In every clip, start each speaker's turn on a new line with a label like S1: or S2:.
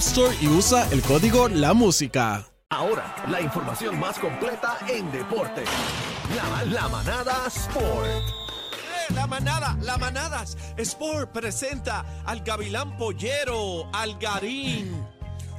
S1: Store y usa el código La Música.
S2: Ahora, la información más completa en deporte. La, la manada Sport.
S3: La manada, la manadas. Sport presenta al gavilán pollero, al garín.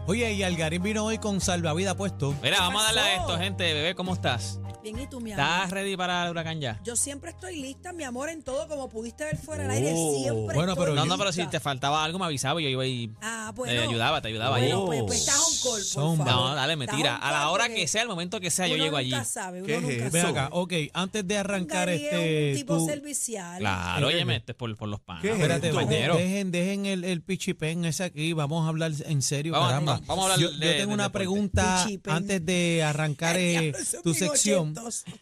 S4: Oye, y Algarín vino hoy con salvavidas puesto.
S5: Mira, vamos a darle a
S6: pasó?
S5: esto, gente. Bebé, ¿cómo estás?
S6: Bien, ¿y tú, mi amor?
S5: ¿Estás ready para el huracán ya?
S6: Yo siempre estoy lista, mi amor, en todo, como pudiste ver fuera del aire, siempre
S4: Bueno, pero
S6: estoy
S5: No, no, Oh, pero si
S6: lista.
S5: te faltaba algo, me avisaba y yo iba y
S6: Ah, bueno.
S5: te ayudaba, te ayudaba allí.
S6: Bueno, pues, pues estás on call, por
S4: Zumba.
S6: favor.
S5: No, dale, me
S6: Estás
S5: tira.
S6: on
S5: A la
S6: call
S5: hora
S6: porque
S5: que sea, el momento que sea, yo
S6: uno
S5: llego allí.
S6: nunca sabe, uno
S3: ¿Qué es
S6: nunca
S3: eso?
S4: Ven
S6: sabe.
S4: acá, ok, antes de arrancar
S6: Gary
S4: este.
S6: es un tipo
S4: tú-
S6: servicial.
S5: Claro,
S4: Eh,
S5: óyeme, este es por, por los panas.
S3: ¿Qué es
S4: Espérate,
S3: Esto.
S4: de-
S5: compañero.
S4: dejen, dejen el, el pichipén ese aquí, vamos a hablar en serio,
S5: Vamos,
S4: caramba.
S5: vamos a hablar
S4: yo,
S5: de-
S4: yo
S5: de
S4: tengo una
S5: deporte.
S4: pregunta
S6: Pichipén.
S4: antes de arrancar eh,
S6: Diablo, esos
S4: tu sección.
S6: bigochitos.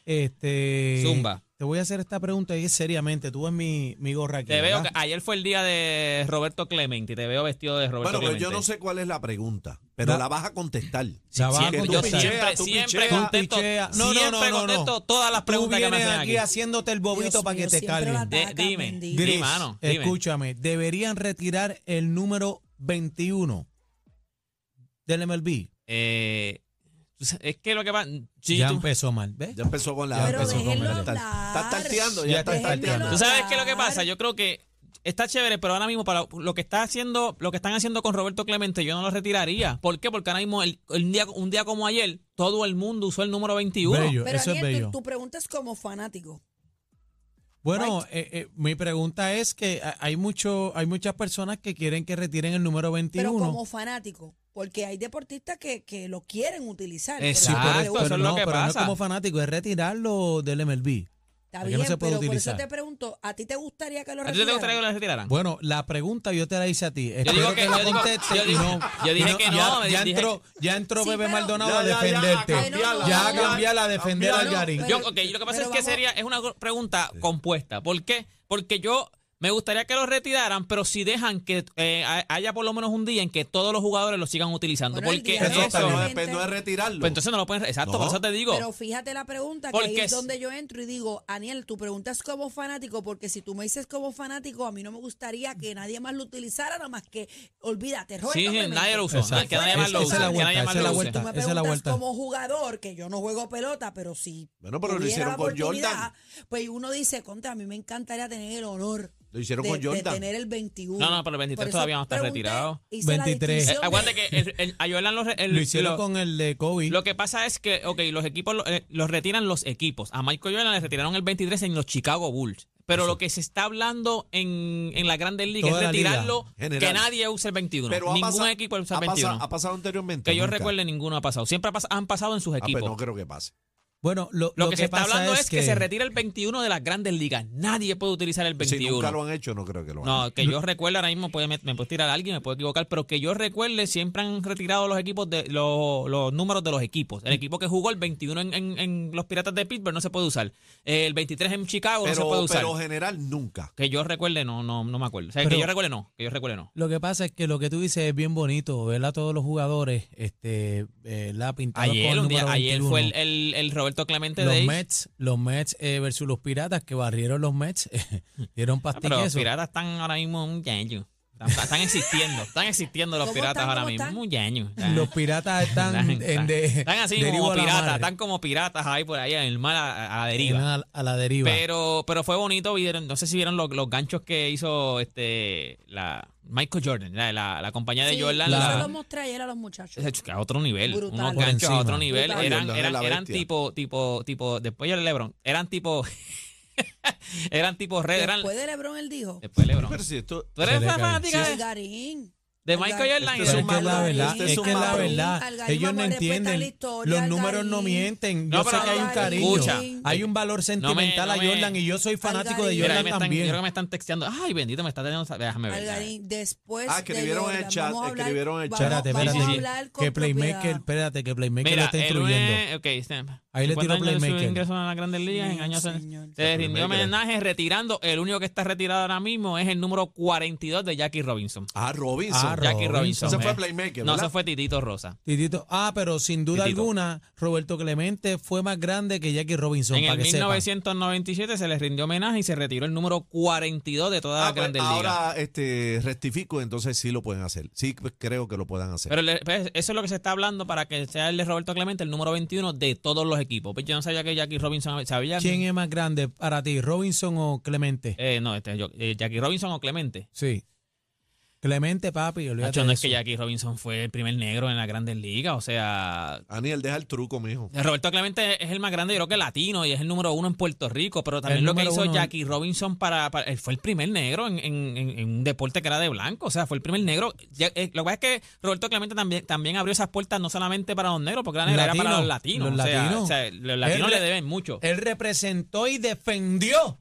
S4: Este,
S5: Zumba.
S4: Te voy a hacer esta pregunta y es seriamente, tú ves mi, mi gorra aquí,
S5: Te veo que
S4: ¿verdad?
S5: ayer fue el día de Roberto Clemente y te veo vestido de Roberto
S2: Bueno, pero
S5: Clemente.
S2: yo no sé cuál es la pregunta, pero
S4: Da-
S2: la vas a contestar.
S4: La vas a
S2: Que tú
S5: Yo
S4: contestar.
S5: siempre,
S2: picheas, tú
S5: siempre
S2: picheas.
S5: contesto,
S4: Tú picheas. No, no,
S5: siempre
S4: no, no,
S5: contesto
S4: no.
S5: todas las
S4: Tú
S5: preguntas que me
S4: vienes
S5: hacen
S4: aquí
S5: aquí.
S4: haciéndote el bobito
S6: Dios
S4: para que
S6: mío,
S4: te
S6: siempre
S4: calmen.
S6: la-
S5: De-
S6: Ataca,
S5: dime,
S6: bendito.
S5: dime,
S4: Gris,
S5: mano. dime.
S4: Escúchame, deberían retirar el número 21 del MLB.
S5: Eh, es que lo que va... sí,
S4: ya
S5: tú-
S4: empezó mal, ¿ves?
S2: Ya empezó con la.
S4: Ya
S6: Pero
S4: empezó con
S6: déjenlo
S4: la-
S2: Está-
S6: hablar.
S2: está tarteando, ya
S4: está
S6: Déjenlo
S4: tarteando.
S5: ¿Tú sabes qué es lo que
S6: hablar.
S5: pasa? Yo creo que está chévere, pero ahora mismo para lo que está haciendo, lo que están haciendo con Roberto Clemente, yo no lo retiraría. ¿Por qué? Porque ahora mismo el, el día, un día como ayer, todo el mundo usó el número 21.
S4: Bello,
S6: Pero
S4: eso es
S6: Daniel, tú-
S4: bello.
S6: tu pregunta es como fanático.
S4: Bueno, eh, eh, mi pregunta es que ha- hay mucho, hay muchas personas que quieren que retiren el número
S6: Pero
S4: 21.
S6: como fanático. Porque hay deportistas que, que lo quieren utilizar. pero
S4: Eh, Sí,
S5: Exacto,
S6: no le
S4: correcto,
S6: gusta.
S5: Eh, eso es lo
S4: no,
S5: que
S4: pero no es
S5: pasa.
S4: como fanático, es retirarlo del MLB.
S6: Está
S4: que
S6: bien,
S4: no se puede
S6: pero
S4: utilizar.
S6: por eso te pregunto, ¿a ti te gustaría que lo
S5: ¿A ti te
S6: retiraran?
S5: gustaría que lo retiraran?
S4: Bueno, la pregunta yo te la hice a ti. Espero
S5: digo
S4: que,
S5: que-
S4: la
S5: yo digo-
S4: contestes
S5: yo
S4: y
S5: digo-
S4: no-
S5: yo
S4: y
S5: dije que no,
S4: Ya,
S5: me
S4: ya
S5: dije
S4: entró, ya entró
S6: Sí,
S4: Bebé
S6: pero-
S4: Maldonado
S2: Ya,
S4: a
S2: ya, ya, a
S4: defenderte.
S2: cambiarla,
S4: Ya,
S6: a
S4: a cambiarla, a defender
S2: cambiarla.
S4: al Garín.
S6: pero-
S5: Yo, ok, lo que pasa
S6: pero
S5: es que
S6: vamos-
S5: sería, es una go- pregunta compuesta. ¿Por qué? Porque yo me gustaría que lo retiraran, pero si dejan que eh, ha- haya por lo menos un día en que todos los jugadores lo sigan utilizando.
S6: Bueno, el
S5: porque
S6: día
S4: de
S5: eso,
S4: Eso está
S2: No,
S4: bien.
S5: pues
S2: depende de retirarlo.
S5: entonces no lo pueden, exacto,
S2: No.
S5: por eso te digo.
S6: Pero fíjate la pregunta, que
S5: Porque
S6: ahí es
S5: es-
S6: donde yo entro y digo, Aniel, tu pregunta es como fanático, porque si tú me dices como fanático, a mí no me gustaría que nadie más lo utilizara, nada más que, olvídate, Roberto
S5: Sí,
S6: Clemente.
S5: nadie lo usó.
S4: Exacto.
S5: Que nadie más lo
S4: Esa es la
S5: usa. Que
S4: vuelta,
S5: nadie más
S4: esa es
S5: lo
S4: la
S6: Si
S5: vuelta.
S6: tú
S5: usa.
S6: me
S4: esa es la
S6: preguntas
S4: vuelta.
S6: como jugador, que yo no juego pelota, pero sí.
S2: Bueno, pero lo hicieron con Jordan.
S6: Pues uno dice, contra, a mí me encantaría tener el honor.
S2: Lo hicieron
S6: de,
S2: con
S6: de
S2: Jordan.
S6: tener el 21.
S5: No, no, pero el 23
S6: Por eso
S5: todavía no está
S6: pregunté,
S5: retirado.
S6: hice la
S4: 23.
S5: Eh,
S6: distinción de-
S5: acuérdate que el, el- a Jordan lo, re- el-
S4: Lo hicieron
S5: lo-
S4: con el de Kobe.
S5: Lo que pasa es que, ok, los equipos lo- eh, los retiran los equipos. A Michael Jordan le retiraron el 23 en los Chicago Bulls. Pero lo que se está hablando en, en la Grandes Ligas
S4: Toda
S5: es
S4: la liga.
S5: retirarlo,
S2: General.
S5: que nadie use el 21.
S2: Pero ha
S5: Ningún
S2: pasado-
S5: equipo usa
S2: ha
S5: el
S2: pasado-
S5: 21.
S2: Ha pasado anteriormente.
S5: que yo
S2: nunca.
S3: Ah,
S5: recuerde, ninguno ha pasado. Siempre ha pas- han pasado en sus
S3: pues
S2: Ah, pero
S5: equipos.
S2: no creo que pase.
S4: bueno, lo,
S5: lo,
S4: lo
S5: que, se está
S4: pasa
S5: hablando es que, se retira el 21 de las Grandes Ligas. Nadie puede utilizar el
S2: Si
S5: 21.
S2: nunca lo han hecho, no creo que lo hagan.
S5: No, que yo recuerdo ahora mismo, puede, me, me puede tirar a alguien, me puedo equivocar, pero que yo recuerde, siempre han retirado los equipos de los, los números de los equipos. El equipo que jugó el 21 en, en- en los Piratas de Pittsburgh no se puede usar. El 23 en Chicago no se puede
S2: Pero,
S5: usar.
S2: pero general, nunca.
S5: que yo recuerde, no, no, no me acuerdo. O sea,
S4: Pero-
S5: que yo recuerde, no. Que yo recuerde, no.
S4: Lo que pasa es que lo que tú dices es bien bonito, ver a todos los jugadores este, eh, la pintada
S5: Ayer,
S4: con el
S5: un día,
S4: número
S5: ayer fue
S4: 21.
S5: el, este el- el Roberto Clemente
S4: los
S5: Day.
S4: Mets, los Mets eh, versus los Piratas que barrieron los Mets,
S5: Ah,
S4: dieron
S5: pero los
S4: pastillas.
S5: Piratas están ahora mismo un yaño. Están, están existiendo, están existiendo los
S6: ¿Cómo
S5: Piratas
S6: están?
S5: ahora
S6: ¿Cómo
S5: mismo.
S6: están?
S5: Un yaño.
S4: los Piratas están en de-
S5: están así
S4: deriva
S5: como
S4: a la
S5: piratas,
S4: madre.
S5: están como piratas ahí por ahí en el mar a, a la deriva.
S4: En la- a la deriva.
S5: Pero, pero fue bonito, vieron, no sé si vieron los, los ganchos que hizo este la Michael Jordan, la, la- la compañía de
S6: Sí,
S5: Jordan.
S6: yo
S5: la-
S6: se lo mostré ayer a los muchachos.
S5: Ese chico, a otro nivel,
S6: Brutal.
S5: unos
S6: Por
S5: ganchos a otro
S4: encima.
S5: nivel,
S6: Brutal.
S5: eran,
S3: Jordan es
S5: eran,
S3: la
S5: eran
S3: bestia.
S5: tipo, tipo, tipo, después de Lebron, eran tipo, eran tipo red, eran,
S6: Después de LeBron él dijo.
S5: después de Lebron.
S3: Pero si esto,
S5: ¿Tú eres
S4: Se le
S5: esa
S4: cae.
S5: fanática de,
S6: Algarín.
S5: de Michael
S6: Algarín.
S5: Jordan?
S3: Este
S5: y
S4: Pero
S5: de-
S4: es que es la
S6: Algarín,
S4: verdad,
S6: este
S4: es
S3: es un
S4: que es la
S3: marrón.
S4: verdad.
S6: Algarín,
S4: Ellos
S6: vamos
S4: no
S6: a respetar la
S4: entienden.
S6: historia,
S4: Los números no
S6: Algarín.
S4: mienten.
S5: No,
S4: Yo sé
S5: pero
S4: que hay un
S5: Algarín.
S4: cariño.
S5: Escucha.
S4: Hay un valor sentimental
S5: no me-
S4: a Jordan y yo soy fanático de
S6: Algarín.
S5: Mira, ahí
S4: Jordan
S5: me están, yo creo que
S4: también.
S5: me están texteando. Ay, bendito, me está teniendo. Déjame ver.
S6: Algarín, después.
S3: Ah, escribieron
S6: de
S3: en el
S6: Jordan,
S3: chat,
S6: vamos a hablar-
S3: escribieron en el
S6: vamos-
S3: chat.
S4: Espérate,
S6: vamos a
S4: espérate.
S6: hablar con
S4: Que Playmaker,
S6: propiedad.
S4: espérate, que Playmaker lo
S5: Mira,
S4: está
S5: el
S4: instruyendo.
S5: lunes- ok, está.
S4: Ahí le
S5: 50
S4: tiro
S5: años de su
S4: Playmaker.
S5: ingreso a las grandes ligas en
S6: Señor,
S5: años.
S6: señor.
S5: Se rindió
S3: Playmaker.
S5: homenaje retirando. El único que está retirado ahora mismo es el número 42 de Jackie Robinson.
S3: Ah, Robinson.
S4: Ah,
S5: Jackie Robinson.
S4: Robinson.
S3: Ese fue
S5: eh.
S3: Playmaker,
S5: No,
S3: ¿verdad?
S5: ese fue Titito Rosa.
S4: Titito. Ah, pero sin duda
S5: Titito.
S4: alguna, Roberto Clemente fue más grande que Jackie Robinson,
S5: En
S4: para
S5: el
S4: que sepa.
S5: 1997 se les rindió homenaje y se retiró el número 42 de todas
S3: Ah,
S5: las
S3: pues,
S5: grandes ligas.
S3: ahora este, rectifico, entonces sí lo pueden hacer. Sí pues, creo que lo puedan hacer.
S5: Pero le- pues, eso es lo que se está hablando para que sea el de Roberto Clemente el número 21 de todos los equipos. Pues yo no sabía que Jackie Robinson sabía.
S4: ¿Quién es más grande para ti, Robinson o Clemente?
S5: Eh, no, este, yo- eh, Jackie Robinson o Clemente.
S4: Sí. Clemente, papi, olvídate
S5: Nacho, no
S4: de
S5: es que
S4: eso.
S5: Jackie Robinson fue el primer negro en la Grandes Ligas, o sea,
S3: Aniel, deja el truco, mijo.
S5: Roberto Clemente es el más grande, yo creo que latino y es el número uno en Puerto Rico, pero también
S4: El
S5: lo que
S4: número
S5: hizo
S4: uno.
S5: Jackie Robinson para, para- él fue el primer negro en, en- en- en un deporte que era de blanco, o sea, fue el primer negro. Ya- eh, lo que pasa es que Roberto Clemente también, también abrió esas puertas no solamente para los negros, porque era, negra, era para los
S4: Latino,
S5: latinos.
S4: los
S5: o sea,
S4: latinos.
S5: o sea, los latinos
S4: Él-
S5: le deben mucho.
S4: Él representó y defendió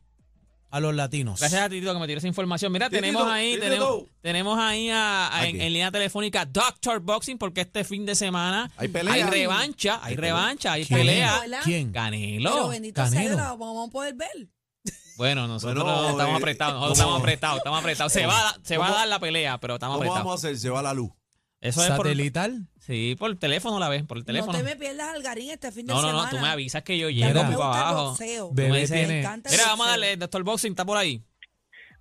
S4: a los latinos.
S5: Gracias a Titito que me tiró esa información. Mira,
S3: Titito,
S5: tenemos ahí,
S3: Titito.
S5: tenemos, tenemos ahí a- a- en,
S3: Aquí.
S5: en línea telefónica Doctor Boxing, porque este fin de semana
S3: Hay pelea.
S5: revancha, hay revancha, hay
S4: ¿Quién?
S5: pelea.
S6: Hola.
S4: ¿Quién?
S6: Pero
S5: Canelo.
S6: bendito sea
S4: Canelo.
S6: Dios, la vamos a poder ver.
S5: Bueno, nosotros
S3: Bueno,
S5: estamos
S3: eh,
S5: apretados, nosotros
S3: ¿cómo?
S5: estamos apretados, estamos apretados. Se va, a- se va a
S3: ¿Cómo?
S5: dar la pelea, pero estamos
S3: ¿Cómo
S5: apretados.
S3: vamos a hacer? Se va la luz.
S5: Eso es por,
S4: Satelital.
S5: sí, por teléfono la ves, por el teléfono.
S6: No te me pierdas Algarín este fin de
S5: No, no,
S6: semana.
S5: no, tú me avisas que yo
S6: Ya
S5: llego
S4: Mira.
S5: para
S6: no me gusta el
S5: abajo.
S6: boxeo.
S4: Bebé
S6: Me
S4: tiene-
S6: encanta el
S5: Mira, vamos a
S6: boxeo.
S5: darle, doctor Boxing, está por ahí.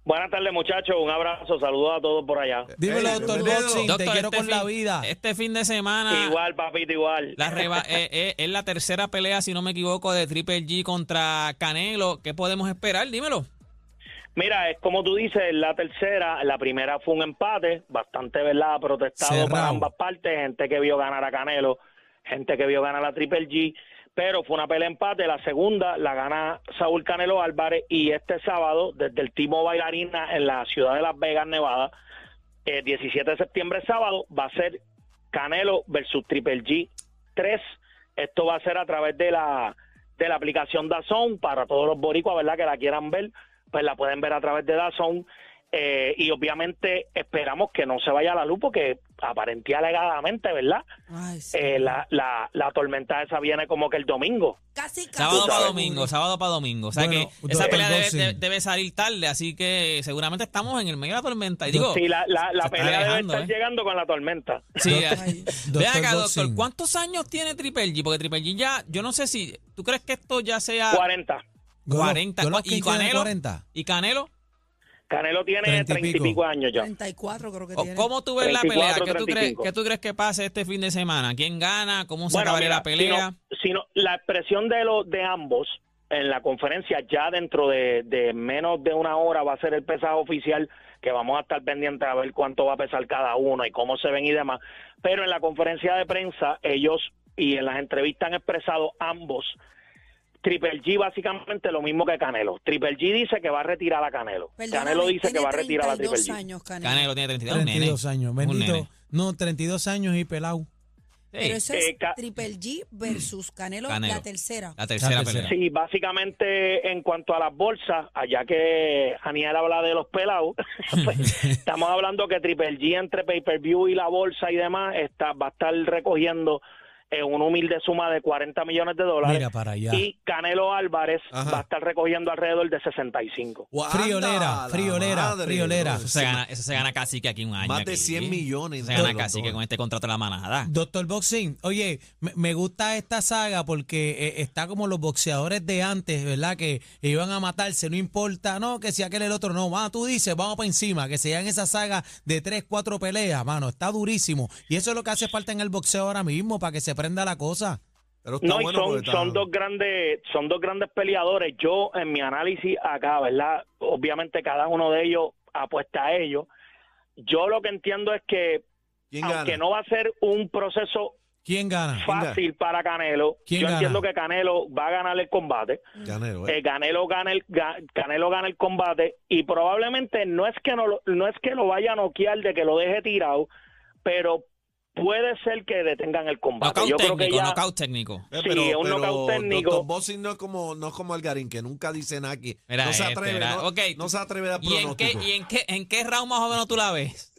S7: Buenas tardes, muchachos. Un abrazo. Saludos a todos por allá.
S4: Dímelo,
S3: Ey,
S4: doctor
S3: bienvenido.
S4: Boxing, te
S5: Doctor,
S4: quiero
S5: este
S4: con la
S5: fin-
S4: vida.
S5: Este fin de semana.
S7: Igual, papito, igual.
S5: La reva- eh, eh, es la tercera pelea, si no me equivoco, de Triple G contra Canelo. ¿Qué podemos esperar? Dímelo.
S7: Mira, es como tú dices, la tercera, la primera fue un empate, bastante, ¿verdad? Protestado
S4: Cerrado.
S7: para ambas partes, gente que vio ganar a Canelo, gente que vio ganar a Triple G, pero fue una pelea empate. La segunda la gana Saúl Canelo Álvarez y este sábado, desde el Timo Bailarina en la ciudad de Las Vegas, Nevada, el 17 de septiembre, sábado, va a ser Canelo versus Triple G 3. Esto va a ser a través de la, de la aplicación DAZN para todos los boricuas, ¿verdad? Que la quieran ver, pues la pueden ver a través de DAZN. Eh, y obviamente esperamos que no se vaya la luz porque aparentía alegadamente, ¿verdad?
S6: Ay, sí.
S7: Eh, la, la, la tormenta esa viene como que el domingo.
S6: Casi, casi.
S5: Sábado para
S6: seguro.
S5: domingo, sábado para domingo. O sea
S4: Bueno,
S5: que esa
S4: doctor
S5: pelea debe,
S4: Boxing.
S5: debe- debe salir tarde, así que seguramente estamos en el medio de la tormenta. Y digo,
S7: Sí, la, la, la
S5: se está
S7: pelea
S5: alejando,
S7: debe estar
S5: ¿eh?
S7: llegando con la tormenta.
S5: sí,
S6: Ay,
S5: Ve acá,
S4: Boxing.
S5: doctor, ¿cuántos años tiene Triple G? Porque Triple G ya, yo no sé si, ¿tú crees que esto ya sea
S7: 40.
S4: Golo-
S5: 40?
S4: Golo-
S5: ¿Y
S4: ¿quién tiene
S5: Canelo?
S4: 40?
S5: ¿Y Canelo?
S7: Canelo tiene
S4: 30 y
S7: 30 y
S4: pico.
S7: pico años ya.
S6: 34 creo que
S5: ¿O
S6: tiene.
S5: Oh, ¿Cómo tú ves la
S7: 34,
S5: pelea? ¿Qué tú, crees,
S7: 35.
S5: qué tú crees que pase este fin de semana? ¿Quién gana? ¿Cómo se
S7: Bueno,
S5: acabaría
S7: mira,
S5: la pelea?
S7: si no- si no- la expresión de los de ambos en la conferencia ya dentro de, de menos de una hora va a ser el pesaje oficial que vamos a estar pendientes a ver cuánto va a pesar cada uno y cómo se ven y demás. Pero en la conferencia de prensa ellos y en las entrevistas han expresado ambos Triple G básicamente lo mismo que Canelo. Triple G dice que va a retirar a Canelo.
S6: Perdóname,
S7: Canelo dice que
S6: tiene
S7: va a retirar a Triple
S6: 32
S7: G.
S6: años, Canelo.
S5: Canelo tiene 32, un nene.
S4: 32 años.
S5: Un
S4: Bendito.
S5: nene.
S4: No, 32 años y pelado.
S6: Pero
S5: Sí,
S6: eso es
S7: Eh, Ca-
S6: Triple G versus Canelo,
S5: Canelo.
S6: la tercera.
S5: la tercera
S4: La
S5: pelea.
S4: tercera.
S7: Sí, básicamente en cuanto a las bolsas, allá que Aniel habla de los pelados, pues, estamos hablando que Triple G entre pay-per-view y la bolsa y demás está, va a estar recogiendo eh, una humilde suma de 40 millones de dólares.
S4: Mira para allá.
S7: Y Canelo Álvarez
S3: Ajá.
S7: va a estar recogiendo alrededor de 65.
S3: Guarda
S4: Friolera,
S3: la
S4: friolera,
S3: madre,
S4: friolera.
S3: bro.
S5: Eso se, gana, eso se gana casi que aquí un año.
S3: Más de
S5: aquí.
S3: 100 millones
S5: Se
S3: de
S5: gana
S3: dólares.
S5: casi que con este contrato de la manada.
S4: Doctor Boxing, oye, me- me gusta esta saga porque eh, está como los boxeadores de antes, ¿verdad? Que iban a matarse, no importa, no, que si aquel el otro no. Ah, tú dices, vamos para encima, que se en esa saga de tres, cuatro peleas, mano, está durísimo. Y eso es lo que hace falta en el boxeo ahora mismo, para que se prenda la cosa.
S3: Pero está
S7: No, y
S3: bueno
S7: son,
S3: porque está-
S7: son dos grandes, son dos grandes peleadores. Yo en mi análisis acá, ¿verdad? Obviamente cada uno de ellos apuesta a ellos. Yo lo que entiendo es que,
S3: ¿Quién
S7: aunque
S3: gana?
S7: no va a ser un proceso
S4: ¿Quién gana?
S3: gana?
S7: fácil para Canelo, yo
S4: ¿Quién gana?
S7: entiendo que Canelo va a ganar el combate.
S3: Canelo, eh.
S7: Eh, Canelo gana el ga- Canelo gana el combate y probablemente no es que no lo- no es que lo vaya a noquear de que lo deje tirado, pero puede ser que detengan el combate.
S5: Knockout
S7: Yo creo que
S5: técnico,
S7: ya
S5: knockout técnico.
S3: Eh,
S7: sí, es un knockout técnico.
S3: Dr. Bossy no es como, no es como Algarín, que nunca dice nada aquí.
S5: Mira
S3: no se
S5: este,
S3: atreve,
S5: mira.
S3: no,
S5: Ok.
S3: no se atreve a dar
S5: ¿Y en qué,
S3: pronóstico.
S5: y en qué, en qué round más o menos tú la ves?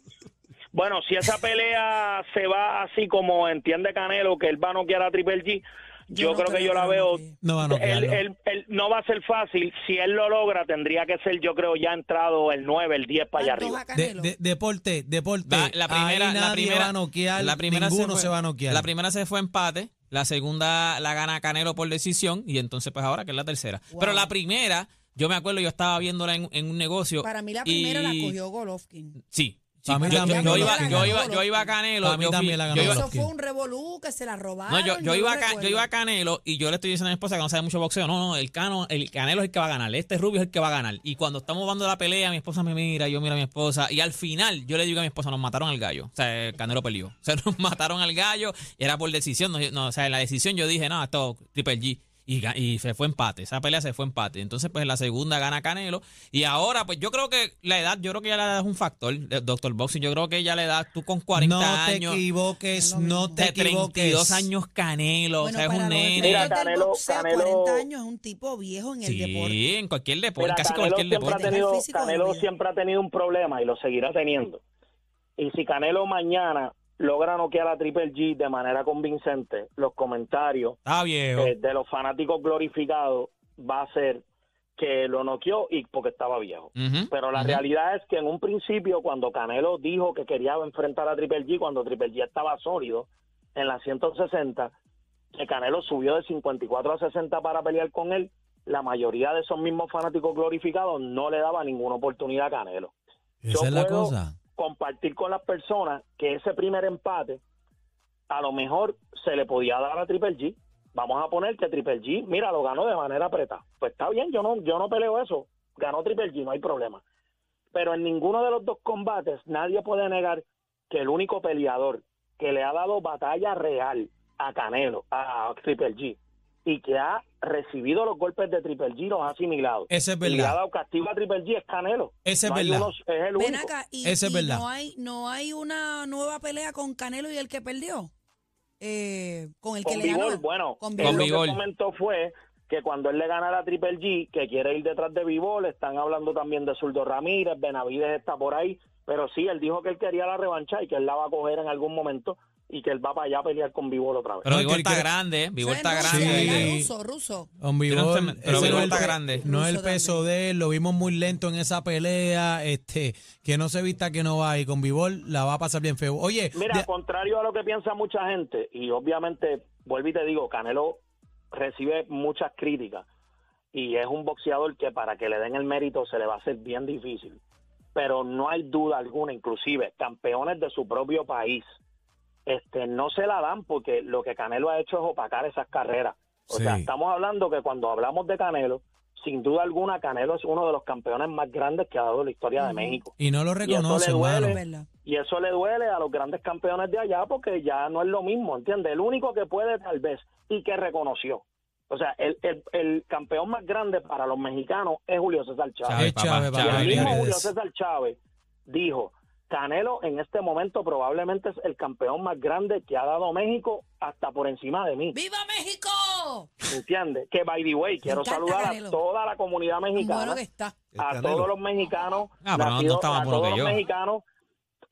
S7: Bueno, si esa pelea se va así como entiende Canelo, que él va a noquear a Triple G, yo,
S6: no
S7: creo, que yo la veo.
S6: noquee.
S4: No va a
S7: él-
S4: noquearlo.
S7: él- él no va a ser fácil. Si él lo logra, tendría que ser, yo creo, ya entrado el 9, el 10 para allá
S6: Dos a
S7: arriba.
S4: De-
S6: Canelo.
S4: de- deporte, deporte.
S5: Va, la primera,
S4: Ahí nadie
S5: la primera,
S4: va a noquear.
S5: la primera
S4: ninguno
S5: fue-
S4: se, va a noquear.
S5: La primera se fue empate, la segunda la gana Canelo por decisión y entonces pues ahora que es la tercera.
S6: Wow.
S5: Pero la primera, yo me acuerdo, yo estaba viéndola en, en un negocio.
S6: Para mí la
S5: y-
S6: primera la cogió Golovkin.
S5: Sí. sí,
S4: Para mí
S5: yo, yo-
S4: también
S5: yo
S4: la
S5: iba,
S4: ganó
S5: yo, iba,
S6: Golovkin.
S5: yo iba a Canelo.
S4: Para mí
S5: yo fui-
S4: también la ganó
S5: yo iba-
S6: Eso
S4: Golovkin.
S6: fue un revolú que se la robaron.
S5: no, yo, yo,
S6: no
S5: iba a, Ca-
S6: recuerdo.
S5: yo iba a Canelo y yo le estoy diciendo a mi esposa que no sabe mucho boxeo. No, no, el, cano, el Canelo es el que va a ganar. Este Rubio es el que va a ganar. Y cuando estamos dando la pelea, mi esposa me mira, yo miro a mi esposa. Y al final, yo le digo a mi esposa, nos mataron al gallo. O sea, el Canelo perdió. O sea, nos mataron al gallo. Y era por decisión. No, yo- no, o sea, en la decisión yo dije, no, esto Triple G. Y, ga- y se fue empate, esa pelea se fue empate. Entonces, pues en la segunda gana Canelo. Y ahora, pues yo creo que la edad, yo creo que ya la edad es un factor, eh, Doctor Boxing. Yo creo que ya la edad, tú con 40
S4: no te
S5: años.
S4: equivoques,
S6: Es lo mismo.
S4: no te
S5: De
S4: equivoques.
S5: 32 años Canelo,
S6: Bueno,
S5: o sea, es
S6: para
S5: un
S6: los
S5: nene.
S6: efectos
S7: Mira,
S6: del
S7: Canelo-
S6: boxeo,
S7: Canelo-
S6: 40 años es un tipo viejo en el
S5: sí,
S6: deporte.
S5: en cualquier deporte,
S7: Mira,
S5: casi
S7: Canelo,
S5: cualquier
S7: siempre ha,
S5: deporte.
S7: tenido,
S6: El físico de
S7: Canelo
S6: Rubio.
S7: siempre ha tenido un problema y lo seguirá teniendo. Y si Canelo mañana logra noquear a Triple G de manera convincente, los comentarios
S5: Está viejo.
S7: eh, de los fanáticos glorificados va a ser que lo noqueó y porque estaba viejo.
S5: Ujú,
S7: Pero la
S5: ujú.
S7: realidad es que en un principio, cuando Canelo dijo que quería enfrentar a Triple G, cuando Triple G estaba sólido en la 160, que Canelo subió de 54 a 60 para pelear con él, la mayoría de esos mismos fanáticos glorificados no le daba ninguna oportunidad a Canelo. Yo
S4: Esa es la
S7: puedo-
S4: cosa.
S7: Compartir con las personas que ese primer empate a lo mejor se le podía dar a Triple G. Vamos a poner que Triple G, mira, lo ganó de manera apretada. Pues está bien, yo no, yo no peleo eso. Ganó Triple G, no hay problema. Pero en ninguno de los dos combates nadie puede negar que el único peleador que le ha dado batalla real a Canelo, a Triple G, y que ha recibido los golpes de Triple G, los ha asimilado.
S4: Eso es
S7: Y le ha
S4: verdad.
S7: dado castigo a Triple G, es Canelo.
S4: Ese es
S7: No hay
S4: verdad.
S7: uno- es
S6: Ven
S7: el único.
S6: acá, y,
S4: Eso es
S6: y
S4: verdad.
S6: No, hay, no hay una nueva pelea con Canelo y el que perdió. Eh, con el que
S7: con
S6: le ganó.
S7: Vigor, bueno,
S6: Con
S7: él
S6: Vigor.
S5: Con
S7: lo
S5: Vigor.
S7: que comentó fue que cuando él le ganara a Triple G, que quiere ir detrás de Vivol, están hablando también de Zurdo Ramírez, Benavides está por ahí, pero sí, él dijo que él quería la revancha y que él la va a coger en algún momento y que él va para allá a pelear con Vivol otra vez.
S5: Pero
S4: No,
S5: Vigor
S4: que-
S5: está
S4: que-
S5: grande, Vigor
S6: ¿Sabes?
S5: está
S6: No, sí,
S4: Sí.
S6: era
S5: grande.
S6: ruso, ruso.
S4: Don
S5: Tiene
S4: Vigor,
S5: un tem- pero
S4: ese no
S5: Vigor
S4: es el
S5: está
S4: pe-
S5: grande.
S4: No es el
S6: Ruso
S4: peso de él, lo vimos muy lento en esa pelea. este Que no se vista que no va y con Vigor la va a pasar bien feo. Oye,
S7: Mira,
S4: Pues, de-
S7: contrario a lo que piensa mucha gente, y obviamente, vuelvo y te digo, Canelo recibe muchas críticas y es un boxeador que para que le den el mérito se le va a hacer bien difícil. Pero no hay duda alguna, inclusive campeones de su propio país, este, no se la dan porque lo que Canelo ha hecho es opacar esas carreras. O
S4: Sí.
S7: sea, estamos hablando que cuando hablamos de Canelo, sin duda alguna, Canelo es uno de los campeones más grandes que ha dado la historia de
S6: Ujú.
S7: México.
S4: y no lo
S7: eso le
S4: reconoce,
S7: duele.
S4: hermano.
S6: Es verdad.
S7: Y eso le duele a los grandes campeones de allá porque ya no es lo mismo, ¿entiendes? El único que puede tal vez y que reconoció. O sea, el, el- el campeón más grande para los mexicanos es Julio César Chávez.
S5: Chávez,
S4: Es Chávez,
S5: papá,
S4: papá,
S7: y el
S5: Chávez,
S4: olvídate
S7: mismo
S4: de
S7: Julio
S4: eso.
S7: César Chávez dijo, Canelo en este momento probablemente es el campeón más grande que ha dado México hasta por encima de mí,
S6: ¡Viva México!
S7: ¿entiendes? Que, by the way, quiero
S6: encanta
S7: saludar
S6: Canelo.
S7: a toda la comunidad
S6: Tan
S7: mexicana
S6: bueno que está.
S3: El
S7: a
S3: Canelo.
S7: todos los mexicanos,
S5: Ah, pero no- no
S7: nacidos-
S5: está más
S7: a
S5: bueno
S7: todos
S5: que
S7: los
S5: yo.
S7: mexicanos.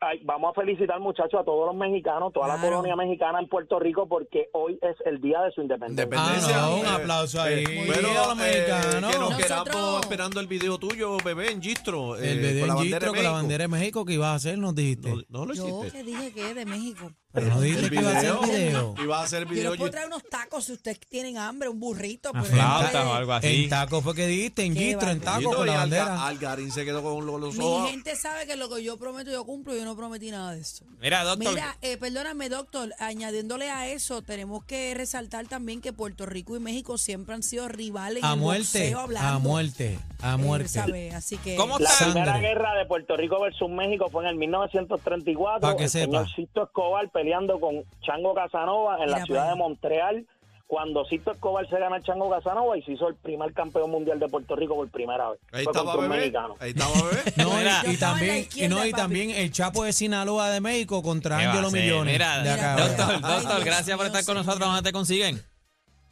S7: Ay, vamos a felicitar muchachos a todos los mexicanos, toda la
S6: Claro.
S7: colonia mexicana en Puerto Rico porque hoy es el día de su independencia.
S4: Ah,
S3: Independencia.
S4: no, un
S3: Eh,
S4: aplauso ahí.
S3: eh,
S4: Bueno,
S3: bueno,
S4: los
S3: eh,
S4: mexicanos.
S3: que nos
S6: Nosotros-
S3: quedamos esperando el video tuyo, bebé, en Gistro. eh,
S4: el video
S3: con la
S4: en
S3: bandera
S4: Gistro
S3: de
S4: con la
S3: México.
S4: bandera de México que ibas a hacer, nos dijiste.
S3: No, no lo
S6: Yo
S3: hiciste.
S6: que dije que es de México.
S4: pero no dijiste
S3: El
S4: que ibas a hacer el video.
S3: video. Iba a hacer el
S6: Yo
S3: video.
S6: les puedo traer unos tacos si ustedes tienen hambre, un burrito.
S5: Una
S6: pero no
S5: flauta
S6: me-
S5: o algo así.
S4: En taco fue que dijiste, en
S6: Qué
S4: Gistro, en
S6: barbaridad.
S4: taco con la bandera.
S3: Algarín se quedó con los, los
S6: Mi
S3: ojos.
S6: gente sabe que lo que yo prometo yo cumplo. Yo no no prometí nada de eso.
S5: Mira, doctor.
S6: Mira, eh, perdóname, doctor, añadiéndole a eso, tenemos que resaltar también que Puerto Rico y México siempre han sido rivales en
S4: A
S6: el
S4: muerte,
S6: boxeo hablando.
S4: a muerte, a
S6: Eh,
S4: muerte.
S6: ¿sabe? Así que
S5: ¿Cómo
S7: La
S5: está?
S4: Sandra.
S7: primera guerra de Puerto Rico versus México fue en el 1934.
S4: Pa' que
S7: el señor
S4: sepa.
S7: Sisto Escobar peleando con Chango Casanova en
S6: Mira
S7: la
S6: pa'
S7: ciudad
S6: allá.
S7: de Montreal. Cuando Sisto Escobar se gana a Chango Casanova y se hizo el primer campeón mundial de Puerto Rico por primera vez.
S3: Ahí
S7: fue
S3: estaba
S7: contra un
S3: bebé.
S7: mexicano.
S3: Ahí estaba bebé.
S4: No, y-
S5: Mira.
S4: y,
S6: Yo estaba en la
S4: también, y,
S6: izquierda,
S4: no, y
S6: papi.
S4: también el Chapo de Sinaloa de México contra
S5: ¿Qué va a
S4: Angelo
S5: hacer?
S4: Millones.
S5: Mira,
S4: de acá,
S5: doctor,
S6: ¿verdad? Ay,
S5: doctor,
S6: Dios
S5: gracias por
S6: mío,
S5: estar con
S6: señor.
S5: nosotros. ¿Dónde te consiguen?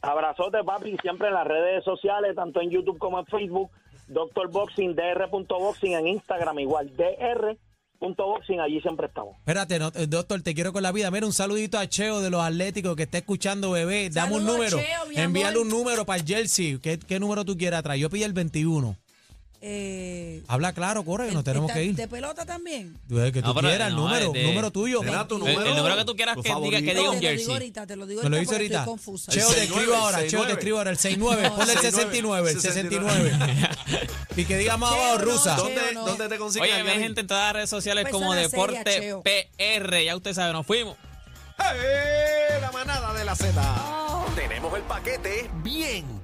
S7: Abrazote, papi, siempre en las redes sociales, tanto en YouTube como en Facebook. Doctor Boxing, dr.boxing en Instagram igual, dr.boxing, allí siempre estamos.
S4: Espérate, no, eh, doctor, te quiero con la vida. Mira, un saludito a Cheo de los Atléticos que está escuchando, bebé. Dame un
S6: Saludos,
S4: número.
S6: Cheo, mi
S4: Envíale
S6: amor.
S4: un número para el jersey. ¿Qué, qué número tú quieras atrás? Yo pedí el 21.
S6: eh,
S4: Habla claro, corre, que nos tenemos
S6: ¿está-
S4: que ir.
S6: ¿De pelota también?
S4: Eh, Que tú
S5: No, pero,
S4: quieras, el
S5: no,
S4: número,
S5: este-
S4: número tuyo. Eh,
S3: Será tu
S5: El-
S3: número.
S5: el número que tú quieras
S3: tu
S5: que diga que
S6: No,
S5: diga
S6: te
S5: un
S6: lo
S5: jersey.
S6: digo ahorita, te lo digo
S4: Me lo
S6: ahorita
S4: dice
S6: porque
S4: ahorita.
S6: estoy confusa.
S4: Cheo,
S3: El
S4: te
S3: 69,
S4: escribo ahora. Cheo, te
S3: 69.
S4: escribo ahora. El 69. Ponle el 69. El 69.
S3: 69.
S4: Y que diga más
S6: Cheo,
S4: abajo
S6: no,
S4: rusa.
S6: Cheo.
S3: ¿Dónde,
S6: no.
S3: ¿Dónde te consiguen?
S5: Oye, ven
S3: Gaby?
S5: gente en todas las redes sociales como
S6: Persona seria,
S5: Deporte
S6: Cheo.
S5: PR. Ya usted sabe, nos fuimos.
S3: ¡Eh, La manada de la Z.
S2: Tenemos el paquete bien